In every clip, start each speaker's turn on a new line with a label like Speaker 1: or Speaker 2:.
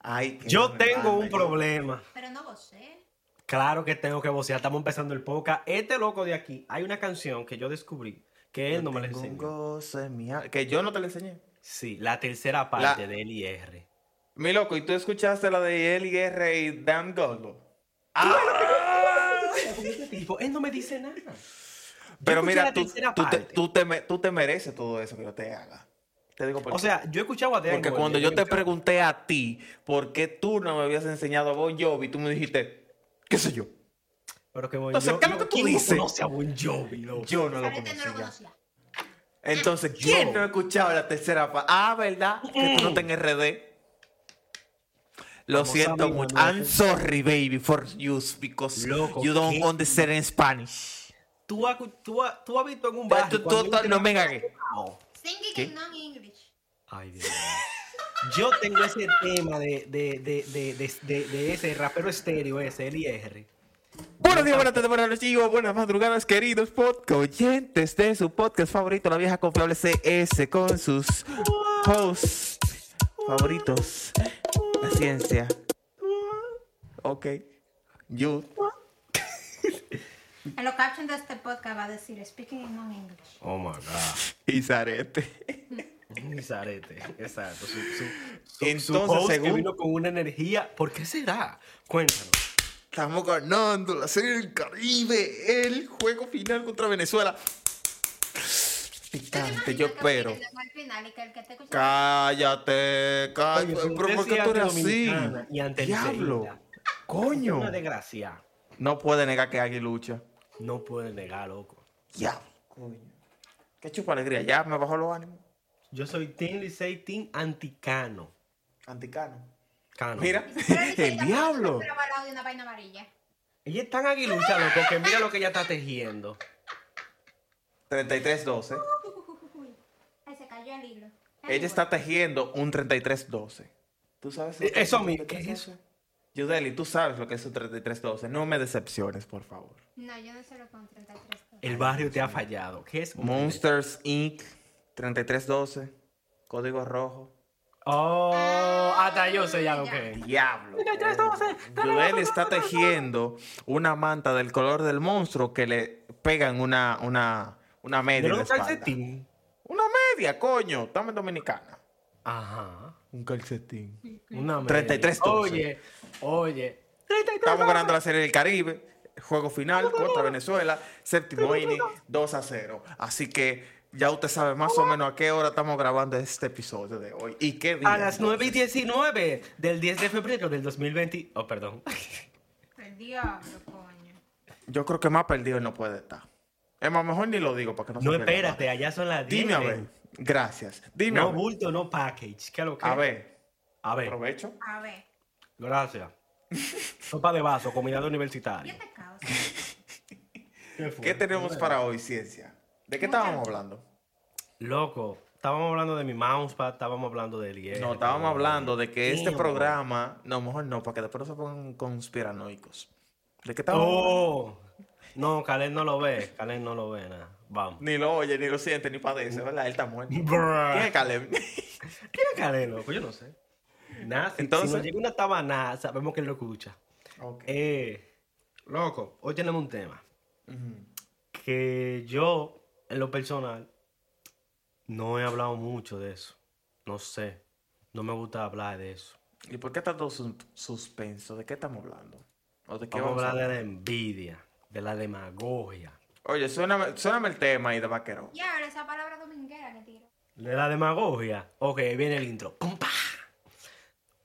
Speaker 1: Ay, qué
Speaker 2: Yo
Speaker 1: barba,
Speaker 2: tengo un
Speaker 1: yo-
Speaker 2: problema.
Speaker 3: Pero no vocé.
Speaker 2: Claro que tengo que vocear. Estamos empezando el podcast. Este loco de aquí, hay una canción que yo descubrí que
Speaker 1: yo
Speaker 2: él no me la
Speaker 1: tengo un
Speaker 2: enseñó.
Speaker 1: gozo en mi al- Que yo no te la enseñé.
Speaker 2: Sí, la tercera parte
Speaker 1: La-
Speaker 2: de del IR.
Speaker 1: Mi loco, ¿y tú escuchaste la de él y R y Dan Ah, Goldberg?
Speaker 2: Ah, Este tipo, él no me dice nada.
Speaker 1: Pero
Speaker 2: escuché
Speaker 1: mira,
Speaker 2: la
Speaker 1: tú,
Speaker 2: tercera
Speaker 1: tú te,
Speaker 2: parte.
Speaker 1: tú te me- tú te mereces todo eso que yo te haga. Te digo por
Speaker 2: O
Speaker 1: qué.
Speaker 2: sea, yo he escuchado a Dan
Speaker 1: Porque
Speaker 2: Goldberg,
Speaker 1: cuando yo te
Speaker 2: he escuchado-
Speaker 1: pregunté a ti por qué tú no me habías enseñado a Bon Jovi, tú me dijiste, qué sé yo.
Speaker 2: Pero que Bon
Speaker 1: Entonces,
Speaker 2: Jovi-
Speaker 1: ¿qué es lo que tú
Speaker 2: ¿quién no
Speaker 1: dices?
Speaker 2: conoce a Bon Jovi, loco?
Speaker 1: Yo no lo
Speaker 3: Sabes que no lo
Speaker 1: conocía.
Speaker 3: conocía.
Speaker 1: Entonces,
Speaker 2: Yo.
Speaker 1: ¿quién no ha escuchado la tercera parte? Ah, ¿verdad? Que tú no estás en RD. Lo
Speaker 2: Vamos a
Speaker 1: siento
Speaker 2: mi
Speaker 1: mucho.
Speaker 2: manual.
Speaker 1: I'm sorry, baby, for you because
Speaker 2: Loco,
Speaker 1: you don't
Speaker 2: ¿qué?
Speaker 1: understand in Spanish.
Speaker 2: Tú has, tú has- tú has visto en un
Speaker 1: Tú-
Speaker 2: bar.
Speaker 1: tú- tú- no me gagues.
Speaker 3: Singing
Speaker 1: ¿Qué?
Speaker 3: in non-English.
Speaker 2: Ay, Dios mío. Yo tengo ese tema de, de, de, de, de, de- de ese rapero estéreo, ese, el IR.
Speaker 1: Buenos días, buenas tardes, buenas noches, o buenas madrugadas, queridos podcast oyentes de su podcast favorito, la vieja confiable CS, con sus hosts favoritos, la ciencia. Ok, you.
Speaker 3: En los captions de este podcast va a decir speaking in non-English.
Speaker 2: Oh my God.
Speaker 1: y Zarete.
Speaker 2: Zarete, exacto. Su, su, su- su
Speaker 1: Entonces,
Speaker 2: host que
Speaker 1: según-
Speaker 2: vino con una energía. ¿Por qué será? Cuéntanos.
Speaker 1: Estamos ganando la Serie del Caribe, el juego final contra Venezuela.
Speaker 3: ¿Tú te
Speaker 1: Picante,
Speaker 3: imaginas
Speaker 1: Este, yo
Speaker 3: que
Speaker 1: espero.
Speaker 3: opinen al final y que el que te escucha-
Speaker 1: Cállate, cállate.
Speaker 2: Oye, si
Speaker 1: Pero
Speaker 2: usted
Speaker 1: ¿por qué
Speaker 2: se
Speaker 1: tú eres
Speaker 2: hace
Speaker 1: así?
Speaker 2: dominicana y ante el
Speaker 1: Diablo.
Speaker 2: Ceilda,
Speaker 1: Coño.
Speaker 2: Una desgracia.
Speaker 1: No puede negar que hay lucha.
Speaker 2: No puede negar, loco.
Speaker 1: Ya. Qué chupa alegría. Ya me bajó los ánimos.
Speaker 2: Yo soy Team Licey, Team Anticano.
Speaker 1: Anticano.
Speaker 2: Cano.
Speaker 1: Mira,
Speaker 3: Y tú eres
Speaker 1: el
Speaker 3: Griselda,
Speaker 1: diablo.
Speaker 3: Pero al lado de una vaina amarilla.
Speaker 2: Ella es tan aguilucha, loco, que mira lo que ella está tejiendo.
Speaker 1: 33-12.
Speaker 3: Uy, Ay, se cayó el hilo. Ay,
Speaker 1: Ella está tejiendo un 33-12. ¿Tú sabes? lo que
Speaker 2: Eh, eso
Speaker 1: un
Speaker 2: mismo, ¿qué es
Speaker 1: 33-12? Yudeli, tú sabes lo que es un 33-12. No me decepciones, por favor.
Speaker 3: No, yo no sé lo con 33.
Speaker 2: El barrio te ha fallado. ¿Qué es?
Speaker 1: Monsters Inc. 33-12. Código rojo.
Speaker 2: Oh, hasta yo sé ya lo
Speaker 3: Ya.
Speaker 2: que es.
Speaker 1: Diablo.
Speaker 2: Ya, ya estamos en-
Speaker 1: Joel está tejiendo una manta del color del monstruo que le pegan una, una, una media.
Speaker 2: Pero
Speaker 1: en la
Speaker 2: un
Speaker 1: espalda.
Speaker 2: calcetín.
Speaker 1: Una media, coño. Estamos en Dominicana.
Speaker 2: Ajá.
Speaker 1: Un calcetín.
Speaker 2: Una
Speaker 1: 33
Speaker 2: media.
Speaker 1: doce.
Speaker 2: Oye, oye. 33
Speaker 1: Estamos ganando la serie del Caribe. Juego final contra Venezuela. Séptimo inning, 2 a 0. Así que ya usted sabe más o menos a qué hora estamos grabando este episodio de hoy. ¿Y qué día?
Speaker 2: A las 9 y
Speaker 1: entonces.
Speaker 2: 19 del 10 de febrero del 2020. Oh, perdón.
Speaker 3: El diablo, coño.
Speaker 1: Yo creo que más perdido no puede estar. Es más, mejor ni lo digo para que no se
Speaker 2: No,
Speaker 1: pierda
Speaker 2: espérate,
Speaker 1: nada.
Speaker 2: allá son las 10.
Speaker 1: Dime a ver. Gracias. Dime
Speaker 2: No
Speaker 1: a ver.
Speaker 2: bulto, no package. ¿Qué es lo que?
Speaker 1: A ver,
Speaker 2: A ver.
Speaker 1: aprovecho.
Speaker 3: A ver,
Speaker 2: Gracias. Sopa de vaso, comida de universitario.
Speaker 3: yo te causa.
Speaker 1: ¿Qué
Speaker 2: Pues,
Speaker 1: tenemos para hoy, ciencia? ¿De qué estábamos hablando?
Speaker 2: Loco, estábamos hablando de mi mousepad, estábamos hablando del IE.
Speaker 1: No, estábamos hablando de que este
Speaker 2: Damn.
Speaker 1: programa, no, mejor no, para que después no se pongan conspiranoicos. ¿De qué estábamos hablando?
Speaker 2: Oh, no, Kalen no lo ve, Kalen no lo ve nada. Vamos.
Speaker 1: Ni lo oye, ni lo siente, ni padece, ¿verdad? Él está muerto.
Speaker 2: Bruh.
Speaker 1: ¿Quién es Caleb?
Speaker 2: ¿Quién es Kalen, loco? Yo no sé. Nada, si,
Speaker 1: Entonces-
Speaker 2: si nos llega una tabanada, sabemos que él lo escucha.
Speaker 1: Ok.
Speaker 2: Eh, loco, hoy tenemos un tema
Speaker 1: Ujú.
Speaker 2: que yo, en lo personal, no he hablado mucho de eso. No sé, no me gusta hablar de eso.
Speaker 1: ¿Y por qué está todo sus- suspenso? ¿De qué estamos hablando? ¿O de qué
Speaker 2: Vamos a
Speaker 1: vamos
Speaker 2: hablar de la envidia, de la demagogia.
Speaker 1: Oye, suéname, suéname el tema ahí de vaquero.
Speaker 3: Y ahora esa palabra dominguera que tiro.
Speaker 2: De la demagogia. Ok, viene el intro. ¡Pum, pa!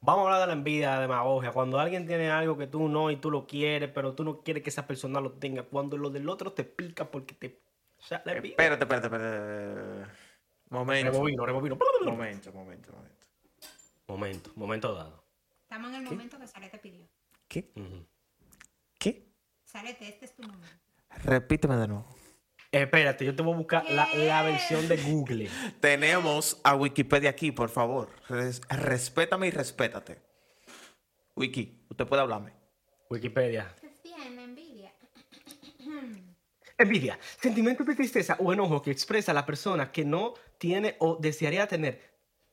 Speaker 2: Vamos a hablar de la envidia, de la demagogia. Cuando alguien tiene algo que tú no y tú lo quieres, pero tú no quieres que esa persona lo tenga. Cuando lo del otro te pica porque te. O sea, la envidia.
Speaker 1: Espérate, espérate, espérate. Momento.
Speaker 2: Rebobino, rebobino.
Speaker 1: Momento, momento, momento.
Speaker 2: Momento, momento dado.
Speaker 3: Estamos en el momento que Salete pidió.
Speaker 1: ¿Qué?
Speaker 2: Ujú.
Speaker 1: ¿Qué?
Speaker 3: Salete, este es tu momento.
Speaker 1: Repíteme de nuevo.
Speaker 2: Espérate, yo te voy a buscar la, la versión de Google.
Speaker 1: Tenemos a Wikipedia aquí, por favor. Res- respétame y respétate. Wiki, usted puede hablarme.
Speaker 2: Wikipedia.
Speaker 3: ¿Qué tiene envidia?
Speaker 2: Envidia, sentimiento de tristeza o enojo que expresa la persona que no tiene o desearía tener.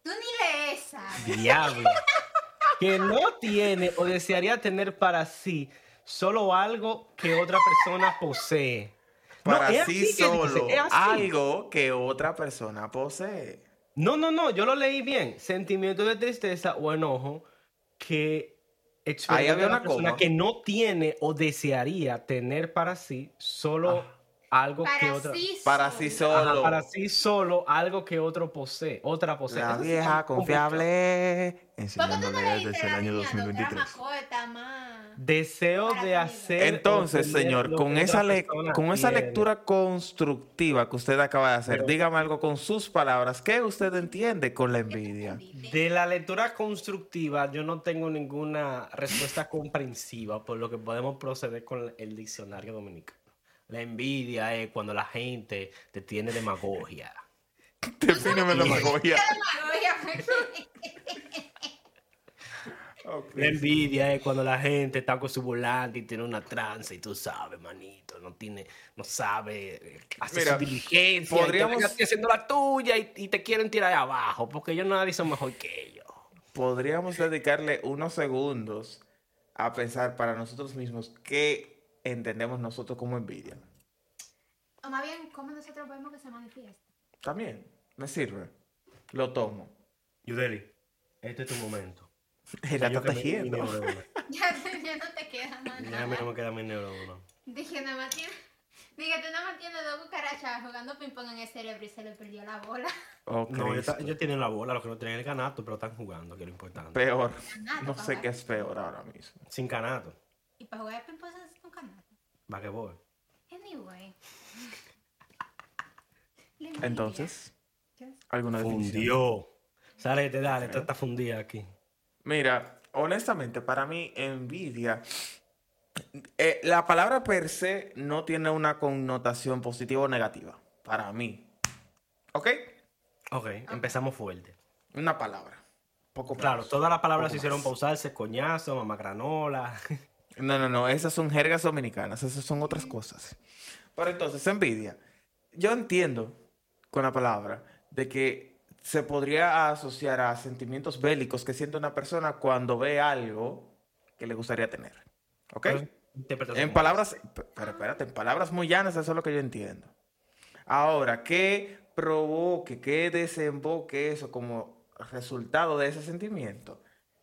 Speaker 3: Tú ni lees, ¿sabes?
Speaker 2: Diablo. que no tiene o desearía tener para sí solo algo que otra persona posee. No,
Speaker 1: Para
Speaker 2: es
Speaker 1: sí
Speaker 2: así que dice,
Speaker 1: solo.
Speaker 2: es así.
Speaker 1: Algo que otra persona posee.
Speaker 2: No, no, no, yo lo leí bien. Sentimiento de tristeza o enojo que
Speaker 1: Ahí
Speaker 2: experimenta
Speaker 1: había
Speaker 2: una
Speaker 1: una
Speaker 2: persona
Speaker 1: coma.
Speaker 2: que no tiene o desearía tener para sí solo algo que
Speaker 3: Para
Speaker 2: otra
Speaker 3: sí
Speaker 1: Para
Speaker 3: solo.
Speaker 1: sí
Speaker 2: Ajá,
Speaker 1: Ah. solo.
Speaker 2: para sí solo algo que otro posee, otra posee.
Speaker 1: La
Speaker 2: Eso sí
Speaker 1: vieja
Speaker 2: está complicado.
Speaker 3: ¿Por qué
Speaker 1: confiable.
Speaker 3: tú no
Speaker 4: Enseñándole
Speaker 3: leíste
Speaker 4: desde el
Speaker 3: la
Speaker 4: año
Speaker 3: niña, doctora
Speaker 4: 2023.
Speaker 3: Macota, ma?
Speaker 2: Deseo
Speaker 3: Para
Speaker 2: de
Speaker 3: mí.
Speaker 2: hacer.
Speaker 1: Entonces,
Speaker 2: o tener
Speaker 1: señor,
Speaker 2: lo
Speaker 1: con
Speaker 2: que
Speaker 1: esa,
Speaker 2: otra
Speaker 1: le-
Speaker 2: persona
Speaker 1: con esa
Speaker 2: tiene.
Speaker 1: lectura constructiva que usted acaba de hacer,
Speaker 2: Pero-
Speaker 1: dígame algo con sus palabras. ¿Qué usted entiende con la envidia?
Speaker 2: De la lectura constructiva, yo no tengo ninguna respuesta comprensiva, por lo que podemos proceder con el diccionario dominicano. La envidia es cuando la gente te tiene demagogia.
Speaker 1: Defíneme la demagogia.
Speaker 2: La envidia es cuando la gente está con su volante y tiene una tranza y tú sabes, manito, no tiene, no sabe eh, hacer
Speaker 1: Mira,
Speaker 2: su diligencia. y te
Speaker 1: podríamos-
Speaker 2: ven a ti haciendo la tuya y, y te quieren tirar abajo porque ellos nadie son mejor que ellos.
Speaker 1: Podríamos dedicarle unos segundos a pensar para nosotros mismos qué entendemos nosotros como envidia.
Speaker 3: O más bien, ¿cómo nosotros vemos que se manifiesta?
Speaker 1: También me sirve. Lo tomo.
Speaker 2: Yudeli, este es tu momento.
Speaker 1: La
Speaker 2: Yo
Speaker 1: está
Speaker 2: que me- mi
Speaker 1: tejiendo.
Speaker 2: neurona.
Speaker 3: Ya, ya no te queda más
Speaker 2: Ya a mí
Speaker 3: nada.
Speaker 2: no me queda mi neurona.
Speaker 3: Dije, nada más tiene... Dije, tú nada más tienes dos cucarachas jugando ping-pong en el cerebro y se le perdió la bola.
Speaker 1: Oh,
Speaker 2: No, ellos,
Speaker 1: Cristo.
Speaker 2: ta- ellos tienen la bola, los que no tienen el canato, pero están jugando, que es lo importante.
Speaker 1: Peor.
Speaker 3: Nada,
Speaker 1: No sé
Speaker 3: papá.
Speaker 1: qué es peor ahora mismo.
Speaker 2: Sin canato,
Speaker 3: Y para jugar ping-pong se hace un canal.
Speaker 2: va que voy.
Speaker 3: Anyway. La envidia.
Speaker 1: Entonces,
Speaker 3: Yes.
Speaker 1: ¿alguna definición?
Speaker 2: Fundió. Sárete, dale, está esta fundida aquí.
Speaker 1: Mira, honestamente, para mí, envidia. eh, la palabra per se no tiene una connotación positiva o negativa. Para mí. ¿Ok?
Speaker 2: Ok, empezamos fuerte.
Speaker 1: Una palabra. Poco
Speaker 2: Claro,
Speaker 1: menos.
Speaker 2: todas las palabras
Speaker 1: Poco
Speaker 2: se hicieron
Speaker 1: más.
Speaker 2: pausarse, coñazo, mamagranola.
Speaker 1: No, no, no, esas son jergas dominicanas, esas son otras cosas. Pero entonces, envidia. Yo entiendo con la palabra de que se podría asociar a sentimientos bélicos que siente una persona cuando ve algo que le gustaría tener. ¿Ok? En palabras, p- pero espérate, en palabras muy llanas, eso es lo que yo entiendo. Ahora, ¿qué provoque, qué desemboque eso como resultado de ese sentimiento?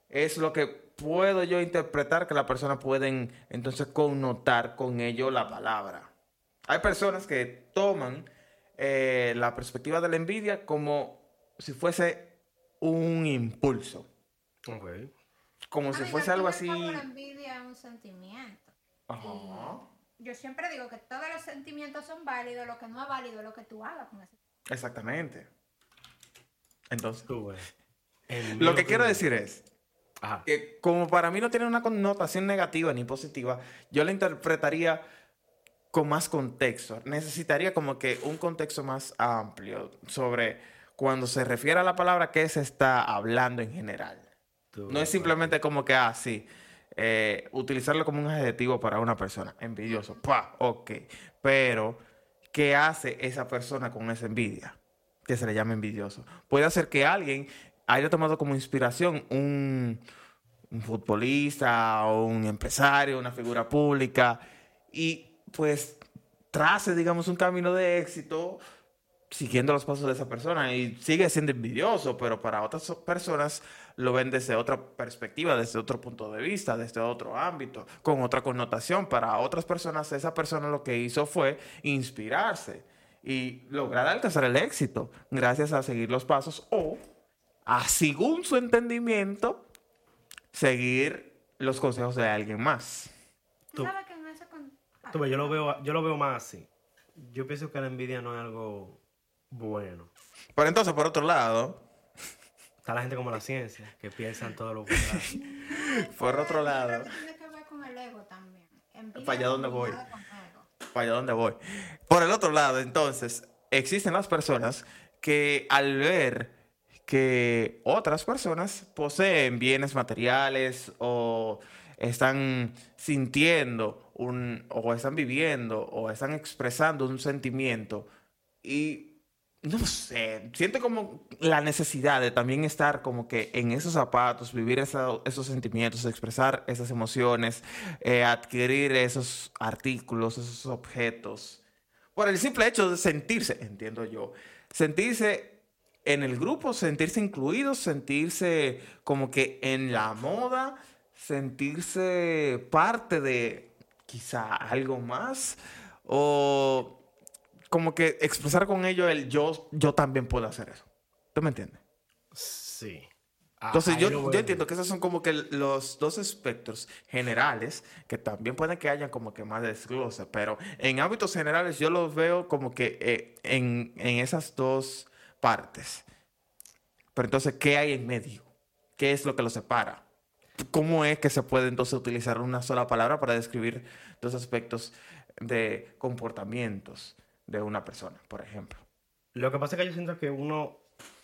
Speaker 1: Es lo que puedo yo interpretar que la persona pueden entonces connotar con ello la palabra. Hay personas que toman eh, la perspectiva de la envidia como si fuese un impulso,
Speaker 2: Ok.
Speaker 1: como si
Speaker 3: Amiga,
Speaker 1: fuese
Speaker 3: al
Speaker 1: algo
Speaker 3: fin y
Speaker 1: así.
Speaker 3: al cabo, La envidia es un sentimiento.
Speaker 1: Ajá.
Speaker 3: Yo siempre digo que todos los sentimientos son válidos, lo que no es válido es lo que tú hagas con eso.
Speaker 1: Exactamente. Entonces,
Speaker 2: Tú, eh. güey. En
Speaker 1: lo
Speaker 2: mi
Speaker 1: que quiero
Speaker 2: opinión.
Speaker 1: decir es
Speaker 2: Ajá.
Speaker 1: que como para mí no tiene una connotación negativa ni positiva, yo la interpretaría con más contexto. Necesitaría como que un contexto más amplio sobre cuando se refiere a la palabra que se está hablando en general.
Speaker 2: Tú,
Speaker 1: No es simplemente como que, ah, sí, eh, utilizarlo como un adjetivo para una persona, envidioso, pa, ok. Pero, ¿qué hace esa persona con esa envidia? Que se le llama envidioso. Puede hacer que alguien haya tomado como inspiración un, un futbolista o un empresario, una figura pública, y pues trace, digamos, un camino de éxito siguiendo los pasos de esa persona y sigue siendo envidioso, pero para otras so- personas lo ven desde otra perspectiva, desde otro punto de vista, desde otro ámbito, con otra connotación. Para otras personas, esa persona lo que hizo fue inspirarse y lograr alcanzar el éxito gracias a seguir los pasos o, a según su entendimiento, seguir los consejos de alguien más.
Speaker 3: Tú,
Speaker 2: Tú-
Speaker 3: sabes que en eso con... Ah,
Speaker 2: Tú ves, yo lo veo, yo lo veo más así. Yo pienso que la envidia no es algo bueno.
Speaker 1: Pero entonces, por otro lado,
Speaker 2: Está la gente como la ciencia, que piensan todo lo contrario.
Speaker 1: por otro
Speaker 3: Yo creo
Speaker 1: lado,
Speaker 3: que tiene que ver con el ego también. Envidia
Speaker 1: Para allá donde voy.
Speaker 3: combinada con ego.
Speaker 1: para dónde voy. Por el otro lado, entonces, existen las personas que al ver que otras personas poseen bienes materiales o están sintiendo un, o están viviendo o están expresando un sentimiento y no sé, siento como la necesidad de también estar como que en esos zapatos, vivir esa- esos sentimientos, expresar esas emociones, eh, adquirir esos artículos, esos objetos. Por el simple hecho de sentirse, entiendo yo, sentirse en el grupo, sentirse incluidos, sentirse como que en la moda, sentirse parte de quizá algo más o como que expresar con ello el yo, yo también puedo hacer eso. ¿Tú me entiendes?
Speaker 2: Sí.
Speaker 1: Entonces yo, yo entiendo que esos son como que los dos espectros generales, que también pueden que hayan como que más desglose, pero en ámbitos generales yo los veo como que eh, en, en esas dos partes. Pero entonces, ¿qué hay en medio? ¿Qué es lo que los separa? ¿Cómo es que se puede entonces utilizar una sola palabra para describir dos aspectos de comportamientos de una persona, por ejemplo?
Speaker 2: Lo que pasa es que yo siento que uno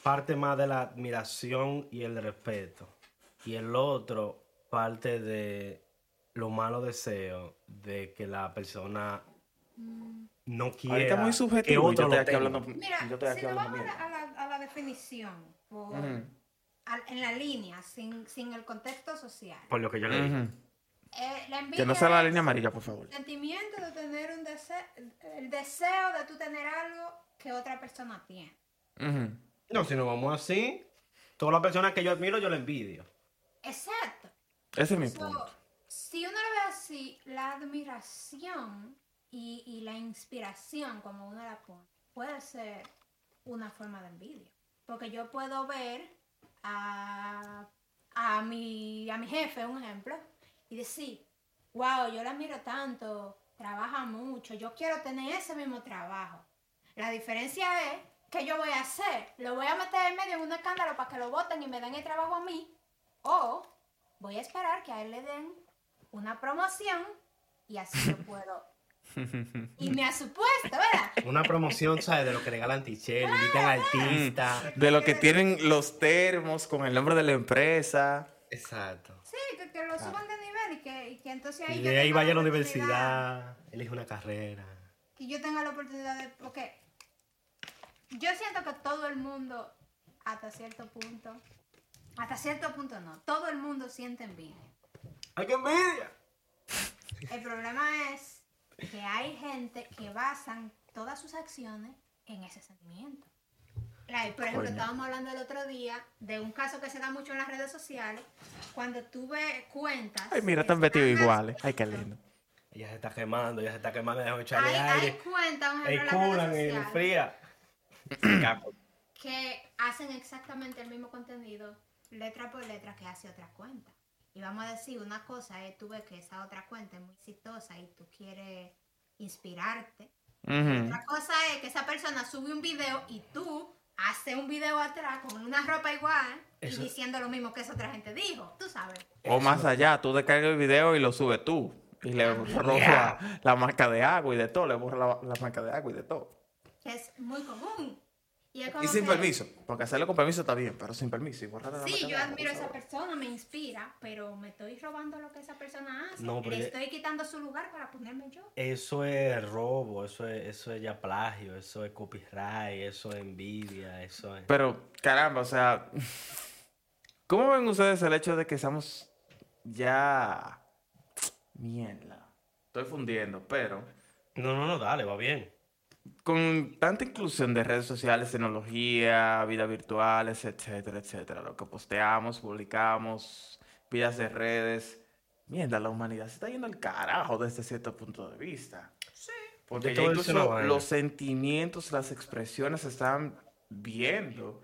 Speaker 2: parte más de la admiración y el respeto. Y el otro parte de los malos deseos de que la persona no quiera.
Speaker 1: Ahorita muy
Speaker 2: que
Speaker 1: subjetivo, yo
Speaker 2: otro
Speaker 1: estoy
Speaker 2: lo
Speaker 1: aquí
Speaker 2: tenga.
Speaker 1: hablando-
Speaker 4: Mira,
Speaker 1: yo estoy aquí
Speaker 4: si nos
Speaker 1: hablando
Speaker 4: vamos a la,
Speaker 1: mierda.
Speaker 4: a la- a la definición, por-
Speaker 1: Ujú.
Speaker 4: al- en la línea, sin, sin el contexto social,
Speaker 2: Por lo que yo le dije.
Speaker 1: Ujú.
Speaker 4: eh, la envidia
Speaker 1: Que no sea la
Speaker 4: es
Speaker 1: línea amarilla, por favor.
Speaker 4: el sentimiento de tener un deseo, el deseo de tú tener algo que otra persona tiene.
Speaker 1: Ujú.
Speaker 2: No, si nos vamos así, todas las personas que yo admiro, yo le envidio.
Speaker 4: Exacto.
Speaker 1: Ese es mi
Speaker 4: So,
Speaker 1: punto.
Speaker 4: si uno lo ve así, la admiración y, y la inspiración, como uno la pone, puede ser una forma de envidia. Porque yo puedo ver a, a, mi, a mi jefe, un ejemplo, y decir, wow, yo la admiro tanto, trabaja mucho, yo quiero tener ese mismo trabajo. La diferencia es que yo voy a hacer, lo voy a meter en medio de un escándalo para que lo voten y me den el trabajo a mí, o voy a esperar que a él le den una promoción y así yo puedo. y me ha supuesto, ¿verdad?
Speaker 2: Una promoción, ¿sabes? De lo que regalan tichel,
Speaker 4: Ah.
Speaker 2: invitan artistas.
Speaker 1: De lo que tienen los termos con el nombre de la empresa.
Speaker 2: Exacto.
Speaker 4: Sí, que, que lo suban de nivel y que, y que entonces ahí
Speaker 2: Y
Speaker 4: yo
Speaker 2: de ahí
Speaker 4: tenga
Speaker 2: vaya a la
Speaker 4: oportunidad-
Speaker 2: universidad, elige una carrera.
Speaker 4: Que yo tenga la oportunidad de... Porque yo siento que todo el mundo, hasta cierto punto, hasta cierto punto no, todo el mundo siente envidia.
Speaker 2: ¡Ay, qué envidia!
Speaker 4: El problema es que hay gente que basan todas sus acciones en ese sentimiento. Like, por ejemplo,
Speaker 1: Coño.
Speaker 4: estábamos hablando el otro día de un caso que se da mucho en las redes sociales, cuando tú ves cuentas...
Speaker 1: Ay, mira,
Speaker 4: que
Speaker 1: están vestidos
Speaker 4: están
Speaker 1: iguales. eh. Ay, qué
Speaker 4: haciendo-
Speaker 1: lindo.
Speaker 2: Ella se está quemando, ella se está quemando, dejo echarle
Speaker 4: Hay, hay
Speaker 2: aire.
Speaker 4: cuentas, por
Speaker 2: El
Speaker 4: ejemplo, en las
Speaker 2: culan,
Speaker 4: redes
Speaker 2: el
Speaker 4: sociales
Speaker 2: fría.
Speaker 4: que hacen exactamente el mismo contenido, letra por letra, que hace otra cuenta. Y vamos a decir, una cosa es, tú ves que esa otra cuenta es muy exitosa y tú quieres inspirarte
Speaker 1: Ujú.
Speaker 4: Otra cosa es que esa persona sube un video y tú haces un video atrás con una ropa igual
Speaker 2: Eso-
Speaker 4: y diciendo lo mismo que esa otra gente dijo, tú sabes.
Speaker 1: O más allá, tú descargas el video y lo subes tú. Y
Speaker 4: Ah,
Speaker 1: le borras
Speaker 2: Yeah.
Speaker 1: la marca de agua y de todo. Le borras la, la marca de agua y de todo.
Speaker 4: Que es muy común. Y, es como
Speaker 1: Y sin
Speaker 4: que-
Speaker 1: permiso. Porque hacerlo con permiso está bien, pero sin permiso. Y borrar la marca
Speaker 4: Sí,
Speaker 1: de
Speaker 4: yo
Speaker 1: agua,
Speaker 4: admiro a
Speaker 1: por
Speaker 4: esa
Speaker 1: favor.
Speaker 4: persona, me inspira, pero me estoy robando lo que esa persona hace.
Speaker 2: No, pero-
Speaker 4: Le estoy quitando su lugar para ponerme yo.
Speaker 2: Eso es robo, eso es, eso es ya plagio, eso es copyright, eso es envidia, eso es.
Speaker 1: Pero, caramba, o sea, ¿cómo ven ustedes el hecho de que estamos ya... Mierda. Estoy fundiendo, pero...
Speaker 2: No, no, no, dale, va bien.
Speaker 1: con tanta inclusión de redes sociales, tecnología, vida virtuales, etcétera, etcétera, lo que posteamos, publicamos, vidas de redes, mierda, la humanidad se está yendo al carajo desde cierto punto de vista. Sí. Porque
Speaker 2: De
Speaker 1: ya
Speaker 2: todo el ser
Speaker 1: incluso
Speaker 2: humano.
Speaker 1: los sentimientos, las expresiones se están viendo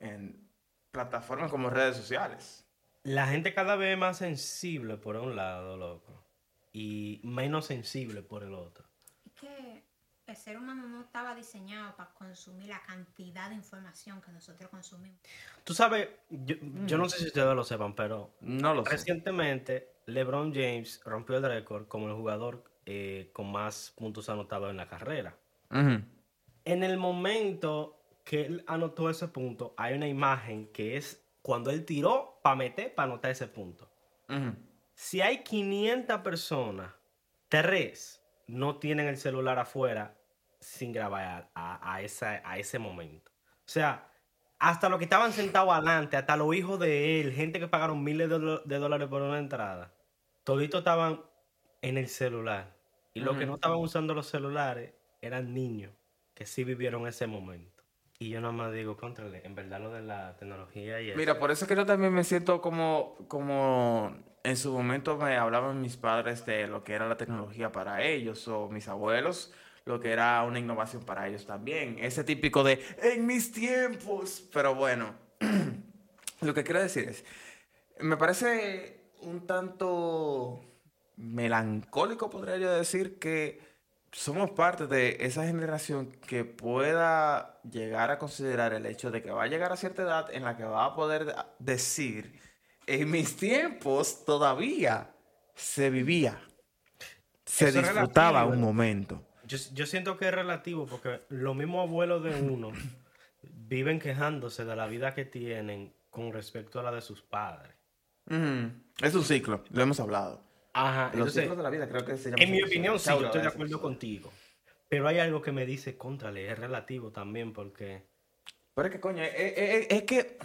Speaker 1: en plataformas como redes sociales.
Speaker 2: La gente cada vez es más sensible por un lado, loco, y menos sensible por el otro.
Speaker 4: Es que el ser humano no estaba diseñado para consumir la cantidad de información que nosotros consumimos.
Speaker 2: Tú sabes, yo, yo no sé si ustedes lo sepan, pero
Speaker 1: No Mm. lo sé.
Speaker 2: Recientemente, LeBron James rompió el récord como el jugador eh, con más puntos anotados en la carrera.
Speaker 1: Ujú.
Speaker 2: En el momento que él anotó ese punto, hay una imagen que es cuando él tiró para meter, para anotar ese punto.
Speaker 1: Ujú.
Speaker 2: Si hay 500 personas, tres no tienen el celular afuera sin grabar a, a- a esa, a ese momento. O sea, hasta los que estaban sentados adelante, hasta los hijos de él, gente que pagaron miles de, dolo- de dólares por una entrada, toditos estaban en el celular. Y los que
Speaker 1: Ujú.
Speaker 2: no estaban usando los celulares eran niños que sí vivieron ese momento. Y yo nada más digo, contrale, en verdad lo de la tecnología y eso.
Speaker 1: Mira, por eso es que yo también me siento como, como en su momento me hablaban mis padres de lo que era la tecnología para ellos o mis abuelos, lo que era una innovación para ellos también. Ese típico de en mis tiempos. Pero bueno, lo que quiero decir es, me parece un tanto melancólico, podría yo decir, que somos parte de esa generación que pueda llegar a considerar el hecho de que va a llegar a cierta edad en la que va a poder da- decir, en mis tiempos todavía se vivía, se
Speaker 2: Eso es
Speaker 1: disfrutaba
Speaker 2: relativo.
Speaker 1: un momento.
Speaker 2: Yo, yo siento que es relativo porque los mismos abuelos de uno viven quejándose de la vida que tienen con respecto a la de sus padres.
Speaker 1: Ujú. Es un ciclo, lo hemos hablado.
Speaker 2: Ajá,
Speaker 1: Los
Speaker 2: Ah, entonces,
Speaker 1: ciclos de la vida creo que se llama
Speaker 2: en mi
Speaker 1: ese
Speaker 2: opinión, sí,
Speaker 1: episodio.
Speaker 2: yo
Speaker 1: Chaura,
Speaker 2: estoy de
Speaker 1: ese
Speaker 2: acuerdo
Speaker 1: episodio.
Speaker 2: contigo. Pero hay algo que me dice, contrale, es relativo también porque...
Speaker 1: Pero es que, coño, eh, eh, eh, es, que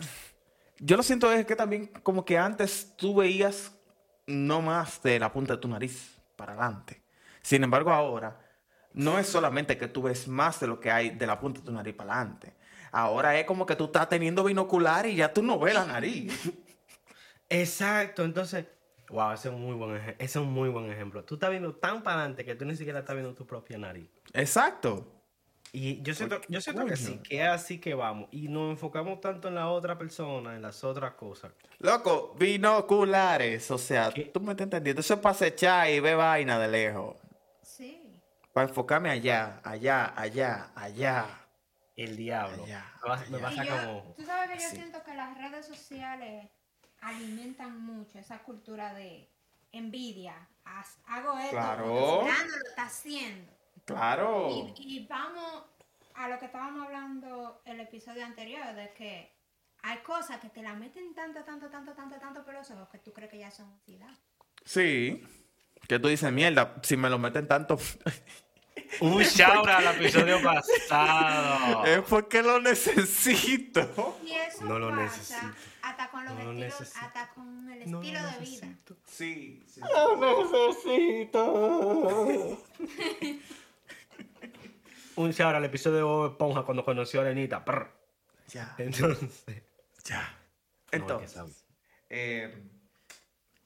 Speaker 1: yo lo siento, es que también como que antes tú veías no más de la punta de tu nariz para adelante. Sin embargo, ahora no es solamente que tú ves más de lo que hay de la punta de tu nariz para adelante. Ahora es como que tú estás teniendo binocular y ya tú no ves la nariz.
Speaker 2: Exacto, entonces... Wow, ese es un muy buen, ej- ese es un muy buen ejemplo. Tú estás viendo tan para adelante que tú ni siquiera estás viendo tu propia nariz.
Speaker 1: Exacto.
Speaker 2: Y yo siento, yo siento que sí,
Speaker 1: coño?
Speaker 2: que es así que vamos. Y nos enfocamos tanto en la otra persona, en las otras cosas,
Speaker 1: Loco, binoculares. O sea,
Speaker 2: ¿Qué?
Speaker 1: tú me estás entendiendo. Eso es para acechar y ver vaina de lejos.
Speaker 4: Sí.
Speaker 1: Para enfocarme allá, allá, allá, allá.
Speaker 2: El diablo.
Speaker 1: Allá,
Speaker 2: me va, me va a
Speaker 4: Y
Speaker 2: sacar un
Speaker 4: yo-
Speaker 2: ojo.
Speaker 4: tú sabes que yo
Speaker 1: Sí.
Speaker 4: siento que las redes sociales alimentan mucho esa cultura de envidia. Haz- hago esto
Speaker 1: Claro. Oh.
Speaker 4: porque fulano lo está haciendo.
Speaker 1: Claro.
Speaker 4: Y, y vamos a lo que estábamos hablando el episodio anterior, de que hay cosas que te la meten tanto, tanto, tanto, tanto, tanto por los ojos que tú crees que ya son utilidad.
Speaker 1: Sí. Que tú dices, mierda, si me lo meten tanto,
Speaker 2: Un shout al episodio pasado.
Speaker 1: es porque lo necesito.
Speaker 4: Y eso
Speaker 2: No lo
Speaker 4: pasa
Speaker 2: necesito.
Speaker 4: hasta con los
Speaker 2: No lo
Speaker 4: estilos,
Speaker 2: necesito.
Speaker 4: hata con el estilo de vida.
Speaker 1: Sí, sí.
Speaker 2: Un shout al episodio de Bob Esponja cuando conoció a Lenita. Prr.
Speaker 1: Ya,
Speaker 2: Entonces.
Speaker 1: ya.
Speaker 2: no, es que
Speaker 1: Entonces,
Speaker 2: sabe.
Speaker 1: eh,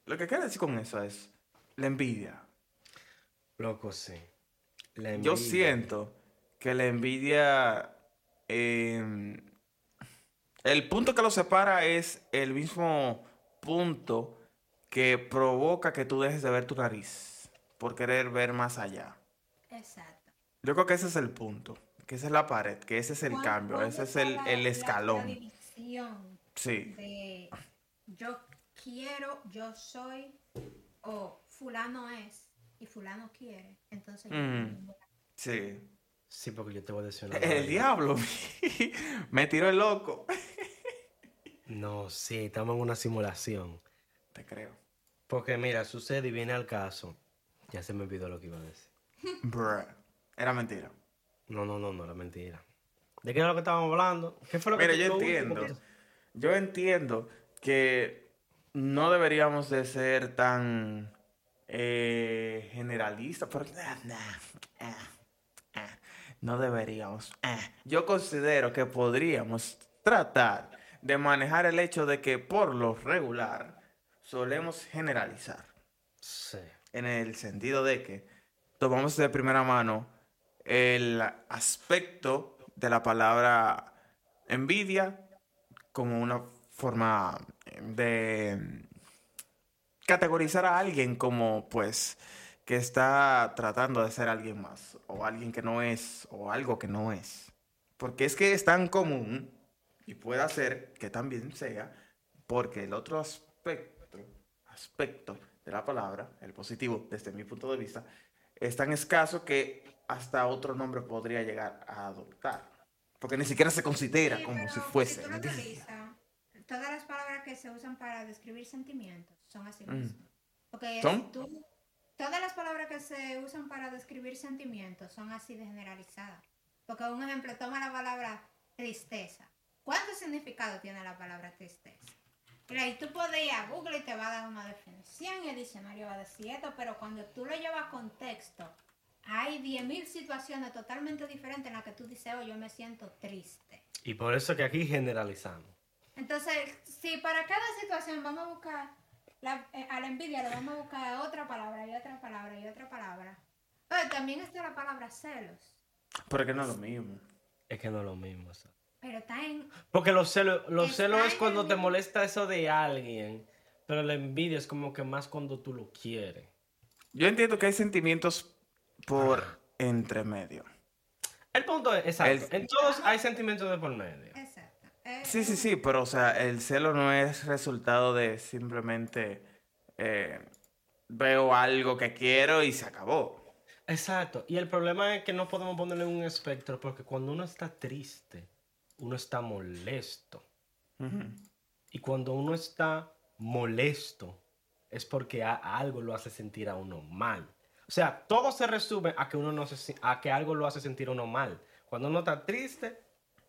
Speaker 1: lo que quiero decir con eso es la envidia.
Speaker 2: Loco, sí. La envidia.
Speaker 1: Yo siento que la envidia. eh, el punto que lo separa es el mismo punto que provoca que tú dejes de ver tu nariz por querer ver más allá.
Speaker 4: Exacto.
Speaker 1: Yo creo que ese es el punto, que esa es la pared, que ese es el
Speaker 4: ¿Cuán-
Speaker 1: cambio,
Speaker 4: cuándo
Speaker 1: ese es
Speaker 4: está
Speaker 1: el,
Speaker 4: la-
Speaker 1: el
Speaker 4: la- la
Speaker 1: escalón.
Speaker 4: división
Speaker 1: Sí,
Speaker 4: de yo quiero, yo soy, o fulano es y fulano quiere. Entonces yo
Speaker 1: Mm.
Speaker 4: tengo la-
Speaker 1: sí.
Speaker 2: Sí, porque yo te voy a decir una
Speaker 1: El
Speaker 2: vaina.
Speaker 1: diablo me tiró el loco.
Speaker 2: No, sí, estamos en una simulación.
Speaker 1: Te creo.
Speaker 2: Porque mira, sucede y viene al caso. Ya se me olvidó lo que iba a decir.
Speaker 1: Bruh. Era mentira.
Speaker 2: No, no, no, no, era mentira. ¿De qué era lo que estábamos hablando? ¿Qué fue lo que
Speaker 1: Mira,
Speaker 2: tú-
Speaker 1: yo
Speaker 2: lo último
Speaker 1: entiendo.
Speaker 2: que-
Speaker 1: Yo entiendo que no deberíamos de ser tan eh, generalistas, pero nah, nah, ah, ah, no deberíamos. ah. Yo considero que podríamos tratar de manejar el hecho de que por lo regular solemos generalizar
Speaker 2: Sí.
Speaker 1: en el sentido de que tomamos de primera mano el aspecto de la palabra envidia como una forma em, de categorizar a alguien como pues que está tratando de ser alguien más o alguien que no es o algo que no es. Porque es que es tan común y puede ser que también sea porque el otro aspecto, aspecto de la palabra, el positivo, desde mi punto de vista, es tan escaso que hasta otro nombre podría llegar a adoptar. Porque ni siquiera se considera
Speaker 4: Sí,
Speaker 1: como
Speaker 4: pero
Speaker 1: si fuese.
Speaker 4: tú lo
Speaker 1: ¿me entiendes?
Speaker 4: analizas, todas las palabras que se usan para describir sentimientos son así
Speaker 1: Mm.
Speaker 4: mismo. Porque
Speaker 1: ¿Son?
Speaker 4: si tú Todas las palabras que se usan para describir sentimientos son así de generalizadas. Porque un ejemplo, toma la palabra tristeza. ¿Cuánto significado tiene la palabra tristeza? Mira, ahí tú puedes ir a Google y te va a dar una definición y el diccionario va a decir esto, pero cuando tú lo llevas a contexto, hay 10.000 situaciones totalmente diferentes en las que tú dices, oh, yo me siento triste.
Speaker 2: Y por eso que aquí generalizamos.
Speaker 4: Entonces, si para cada situación vamos a buscar la- eh, a la envidia, le vamos a buscar otra palabra y otra palabra y otra palabra. Pero también está la palabra celos,
Speaker 1: Porque no es lo mismo.
Speaker 2: Es que no es lo mismo. o sea.
Speaker 4: pero está en...
Speaker 2: Porque los celos, los
Speaker 4: Está
Speaker 2: celos es
Speaker 4: en
Speaker 2: cuando
Speaker 4: el
Speaker 2: te
Speaker 4: mismo-
Speaker 2: molesta eso de alguien. Pero la envidia es como que más cuando tú lo quieres.
Speaker 1: Yo entiendo que hay sentimientos por entremedio.
Speaker 2: El punto es, exacto.
Speaker 1: El-
Speaker 2: En todos hay sentimientos de por medio.
Speaker 4: Exacto. Es-
Speaker 1: Sí, sí, sí, pero o sea, el celo no es resultado de simplemente eh, veo algo que quiero y se acabó.
Speaker 2: Exacto. Y el problema es que no podemos ponerle un espectro porque cuando uno está triste, uno está molesto.
Speaker 1: Ujú.
Speaker 2: Y cuando uno está molesto, es porque a- algo lo hace sentir a uno mal. O sea, todo se resume a que, uno no se si- a que algo lo hace sentir a uno mal. Cuando uno está triste,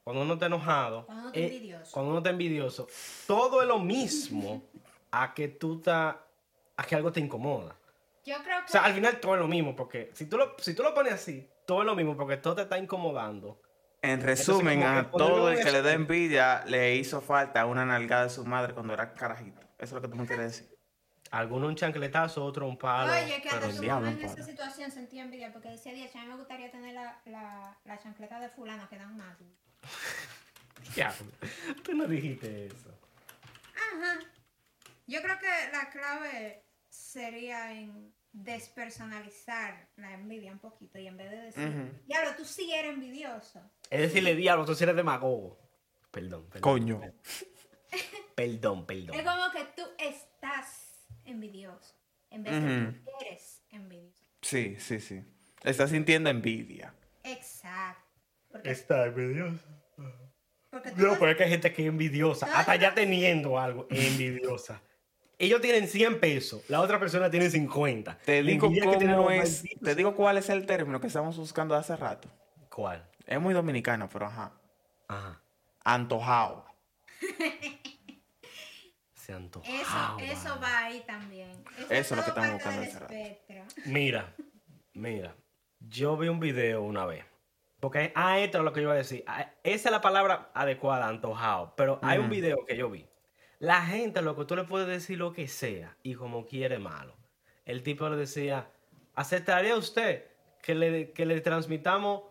Speaker 2: cuando uno está enojado,
Speaker 4: Cuando uno está
Speaker 2: eh,
Speaker 4: envidioso.
Speaker 2: cuando uno está envidioso, todo es lo mismo a que tú ta- a que algo te incomoda.
Speaker 4: Yo creo que...
Speaker 2: O sea, al final todo es lo mismo, porque si tú lo, si tú lo pones así, todo es lo mismo, porque todo te está incomodando.
Speaker 1: En resumen,
Speaker 2: como que este
Speaker 1: a
Speaker 2: ponerle
Speaker 1: todo
Speaker 2: un
Speaker 1: el que le da
Speaker 2: escudo.
Speaker 1: envidia le hizo falta una nalgada de su madre cuando era carajito. Eso es lo que tú me quieres decir.
Speaker 2: Alguno un chancletazo, otro un palo,
Speaker 4: Oye, que
Speaker 2: pero
Speaker 4: hasta
Speaker 2: el
Speaker 4: tu
Speaker 1: diablo,
Speaker 4: mamá en esa
Speaker 1: padre.
Speaker 4: situación sentía envidia porque decía, Dios, a mí me gustaría tener la, la, la chancleta de fulano que da un mago.
Speaker 2: diablo. Tú no dijiste eso.
Speaker 4: Ajá. Yo creo que la clave sería en despersonalizar la envidia un poquito y en vez de decir,
Speaker 1: Ujú.
Speaker 4: diablo, tú sí eres envidioso.
Speaker 2: Es decirle, diablo, tú sí eres demagogo. Perdón, perdón.
Speaker 1: Coño.
Speaker 2: Perdón, perdón.
Speaker 4: Es como que tú estás envidioso en vez de
Speaker 1: Ujú.
Speaker 4: que eres envidioso.
Speaker 1: Sí, sí, sí. Está sintiendo envidia.
Speaker 4: Exacto. Porque,
Speaker 2: Está envidioso.
Speaker 4: porque tú
Speaker 2: No,
Speaker 4: no-
Speaker 1: pues.
Speaker 2: pero es que hay gente que es envidiosa.
Speaker 4: Todas
Speaker 2: Hasta ya
Speaker 4: las-
Speaker 2: teniendo algo, es envidiosa. Ellos tienen 100 pesos, la otra persona tiene 50.
Speaker 1: Te
Speaker 2: La
Speaker 1: digo
Speaker 2: envidia que tienen
Speaker 1: cómo
Speaker 2: los
Speaker 1: es,
Speaker 2: malditos-
Speaker 1: te digo cuál es el término que estamos buscando hace rato.
Speaker 2: ¿Cuál?
Speaker 1: Es muy dominicano, pero ajá.
Speaker 2: Ajá.
Speaker 1: Antojado.
Speaker 2: Se Ah, antoja.
Speaker 4: Eso, eso va ahí también.
Speaker 1: Ah, Eso es lo que
Speaker 4: todo
Speaker 1: estamos
Speaker 4: parte
Speaker 1: buscando
Speaker 4: del
Speaker 1: hace rato.
Speaker 4: espectro.
Speaker 2: Mira, mira, yo vi un video una vez. Porque, ah, esto es lo que yo iba a decir. Ah, Esa es la palabra adecuada, antojado. Pero hay un
Speaker 1: Ujú.
Speaker 2: video que yo vi. La gente, loco, tú le puedes decir lo que sea y como quiere malo. El tipo le decía, ¿aceptaría usted que le, que le transmitamos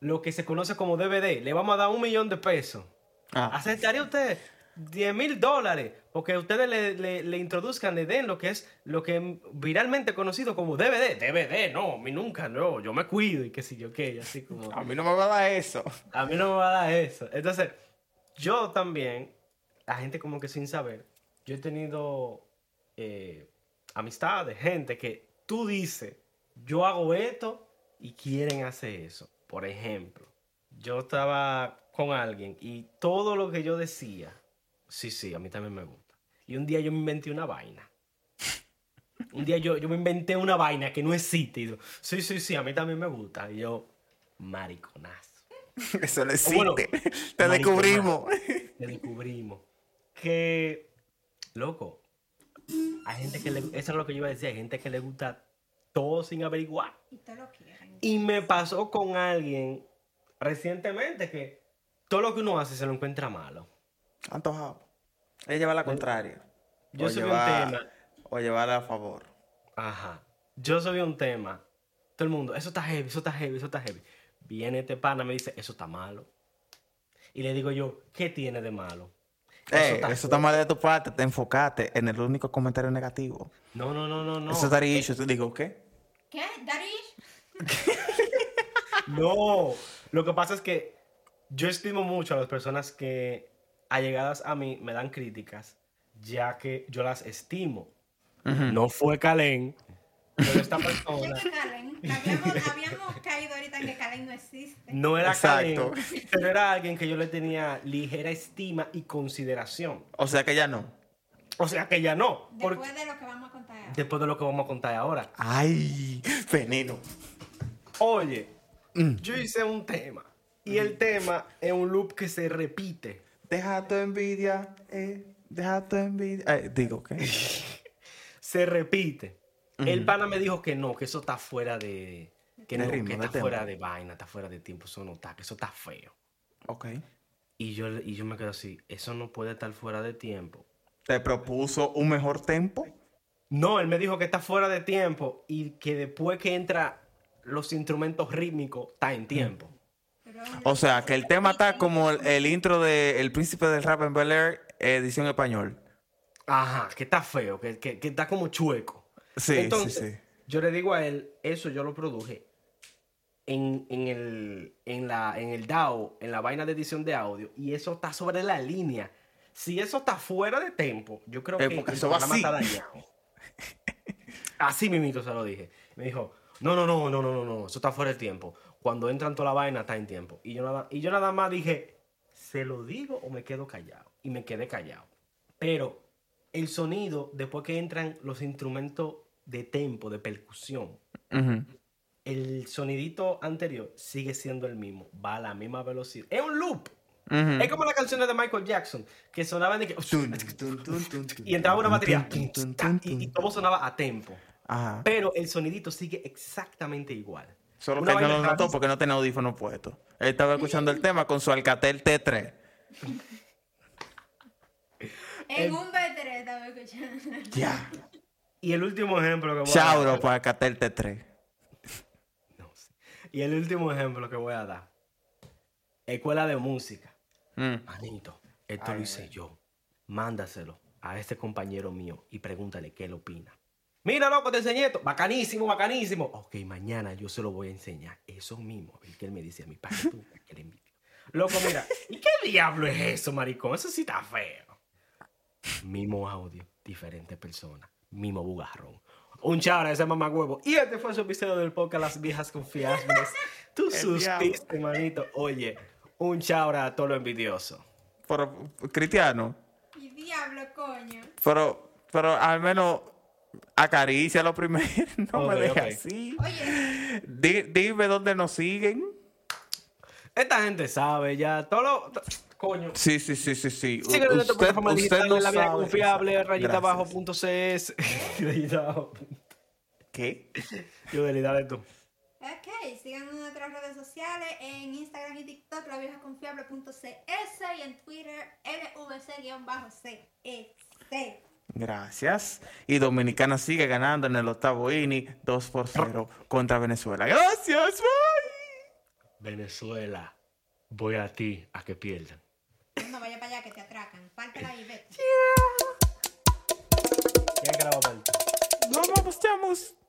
Speaker 2: lo que se conoce como DVD? Le vamos a dar un millón de pesos.
Speaker 1: Ah,
Speaker 2: ¿Aceptaría usted 10 mil dólares? Porque ustedes le, le- le introduzcan, le den lo que es lo que viralmente conocido como DVD. DVD, no, a mí nunca, no, yo me cuido y qué sé yo qué, y así como.
Speaker 1: a mí no me va a dar eso.
Speaker 2: A mí no me va a dar eso. Entonces, yo también, la gente como que sin saber, yo he tenido eh, amistades, gente que tú dices, yo hago esto y quieren hacer eso. Por ejemplo, yo estaba con alguien y todo lo que yo decía, sí, sí, a mí también me gusta. Y un día yo me inventé una vaina. Un día yo, yo me inventé una vaina que no existe. Y yo, sí, sí, sí, a mí también me gusta. Y yo, mariconazo
Speaker 1: Eso no existe.
Speaker 2: Bueno,
Speaker 1: te
Speaker 2: maricona.
Speaker 1: descubrimos.
Speaker 2: que descubrimos que, loco, hay gente que le, eso es lo que yo iba a decir, hay gente que le gusta todo sin averiguar.
Speaker 4: Y todo lo quieren.
Speaker 2: Y me pasó con alguien recientemente que todo lo que uno hace se lo encuentra malo.
Speaker 1: Antojado. Ella lleva la contraria.
Speaker 2: Yo
Speaker 1: o,
Speaker 2: subí un
Speaker 1: lleva,
Speaker 2: tema.
Speaker 1: o llevarla a favor.
Speaker 2: Ajá. Yo subí un tema. Todo el mundo, eso está heavy, eso está heavy, eso está heavy. Viene este pana, me dice, eso está malo. Y le digo yo, ¿qué tiene de malo?
Speaker 1: Ey,
Speaker 2: está
Speaker 1: Eh, eso está mal de tu parte. Te enfocaste en el único comentario negativo.
Speaker 2: No, no, no, no, no.
Speaker 1: Eso estaría hecho. Te digo, ¿qué?
Speaker 4: ¿Qué? ¿Darish?
Speaker 2: No, lo que pasa es que yo estimo mucho a las personas que allegadas a mí me dan críticas, ya que yo las estimo. No fue Calen, pero esta
Speaker 4: Yo
Speaker 2: persona
Speaker 4: que Calen. Habíamos, habíamos caído ahorita en que Calen no existe.
Speaker 2: no era
Speaker 1: Exacto.
Speaker 2: Calen, pero era alguien que yo le tenía ligera estima y consideración.
Speaker 1: O sea que ya no.
Speaker 2: O sea que ya no. porque-
Speaker 4: Después de lo que vamos a contar. ahora.
Speaker 2: después de lo que vamos a contar ahora.
Speaker 1: Ay, veneno.
Speaker 2: Oye, yo hice un tema. Y el tema es un loop que se repite.
Speaker 1: Deja tu envidia, eh, deja tu envidia. Eh, digo, ¿qué?
Speaker 2: Se repite. El pana me dijo que no, que eso está fuera de. Que
Speaker 1: De
Speaker 2: no,
Speaker 1: ritmo,
Speaker 2: que
Speaker 1: de
Speaker 2: está
Speaker 1: tema.
Speaker 2: fuera de vaina, está fuera de tiempo, eso no está, que eso está feo.
Speaker 1: Ok.
Speaker 2: Y yo, y yo me quedo así, eso no puede estar fuera de tiempo.
Speaker 1: ¿Te propuso un mejor tempo?
Speaker 2: No, él me dijo que está fuera de tiempo y que después que entra los instrumentos rítmicos, está en tiempo.
Speaker 4: Pero es un
Speaker 1: O sea, que el tema está como el, el intro de El Príncipe del Rap en Bel Air, edición español.
Speaker 2: Ajá, que está feo, que, que, que está como chueco.
Speaker 1: Sí,
Speaker 2: Entonces,
Speaker 1: sí, sí.
Speaker 2: Yo le digo a él, eso yo lo produje en, en el, en, la, en el DAO, en la vaina de edición de audio, y eso está sobre la línea. Si eso está fuera de tiempo, yo creo
Speaker 1: Eh,
Speaker 2: que
Speaker 1: porque
Speaker 2: el
Speaker 1: eso va
Speaker 2: programa
Speaker 1: así.
Speaker 2: está dañado. Así mismito se lo dije. Me dijo, no, no, no, no, no, no, no, eso está fuera de tiempo. Cuando entran toda la vaina está en tiempo. Y yo nada, y yo nada más dije, ¿se lo digo o me quedo callado? Y me quedé callado. Pero el sonido, después que entran los instrumentos de tempo, de percusión,
Speaker 1: Ujú.
Speaker 2: el sonidito anterior sigue siendo el mismo, va a la misma velocidad. Es un loop.
Speaker 1: Ujú.
Speaker 2: Es como las canciones de Michael Jackson, que sonaban de que...
Speaker 1: Tun, tun, tun, tun, tun,
Speaker 2: Y entraba una
Speaker 1: tun,
Speaker 2: batería
Speaker 1: tun, tun,
Speaker 2: ta,
Speaker 1: tun,
Speaker 2: y, y
Speaker 1: tun.
Speaker 2: todo sonaba a tempo.
Speaker 1: Ajá.
Speaker 2: Pero el sonidito sigue exactamente igual.
Speaker 1: Solo
Speaker 2: Una
Speaker 1: que no
Speaker 2: vaina
Speaker 1: lo notó
Speaker 2: rarísima.
Speaker 1: porque no tenía audífono puesto. Él estaba escuchando el tema con su Alcatel T3.
Speaker 4: En
Speaker 2: El-
Speaker 4: un B3 estaba escuchando.
Speaker 1: Ya.
Speaker 2: Y el último ejemplo que voy a
Speaker 1: Chauro
Speaker 2: dar...
Speaker 1: para Alcatel T3.
Speaker 2: No sé. Y el último ejemplo que voy a dar. Escuela de música.
Speaker 1: Mm.
Speaker 2: Manito, esto
Speaker 1: Ay,
Speaker 2: lo hice yo. Mándaselo a este compañero mío y pregúntale qué le opina. Mira, loco, te enseñé esto. Bacanísimo, bacanísimo. Ok, mañana yo se lo voy a enseñar. Eso mismo. El que él me dice a mi padre, tú, que le envidio. Loco, mira, ¿y qué diablo es eso, maricón? Eso sí está feo. Mismo audio, diferente persona, mismo bugarrón. Un chara ese mamá huevo. Y este fue su episodio del podcast Las Viejas Confiables. Tú suspiste, manito. Oye, un chara a todo lo envidioso.
Speaker 1: Pero, Cristiano,
Speaker 4: Y diablo, coño.
Speaker 1: pero, pero al menos acaricia lo primero. No me
Speaker 2: Ok,
Speaker 1: dejes
Speaker 2: ok.
Speaker 1: así.
Speaker 4: Oye,
Speaker 1: Di- dime dónde nos siguen.
Speaker 2: Esta gente sabe ya todo lo... t- Coño.
Speaker 1: Sí, sí, sí, sí, sí. U-
Speaker 2: Síguenos en nuestra plataforma digital
Speaker 1: no
Speaker 2: en la vida
Speaker 1: sabe.
Speaker 2: confiable,
Speaker 1: Exacto.
Speaker 2: rayita
Speaker 1: Gracias.
Speaker 2: abajo punto CS. Rayita abajo.
Speaker 1: ¿Qué?
Speaker 2: Yo de de tú.
Speaker 4: ok, síganos en nuestras redes sociales, en Instagram y TikTok, laviejaconfiable.cs y en Twitter, E lvc-ces.
Speaker 1: Gracias. Y Dominicana sigue ganando en el octavo inning 2 por 0 contra Venezuela. Gracias. Bye.
Speaker 2: Venezuela, voy a ti a que pierdan.
Speaker 4: No vaya para allá que te atracan. Pártela y vete.
Speaker 2: ¿Quién grabó para
Speaker 1: Nos vamos, chamos.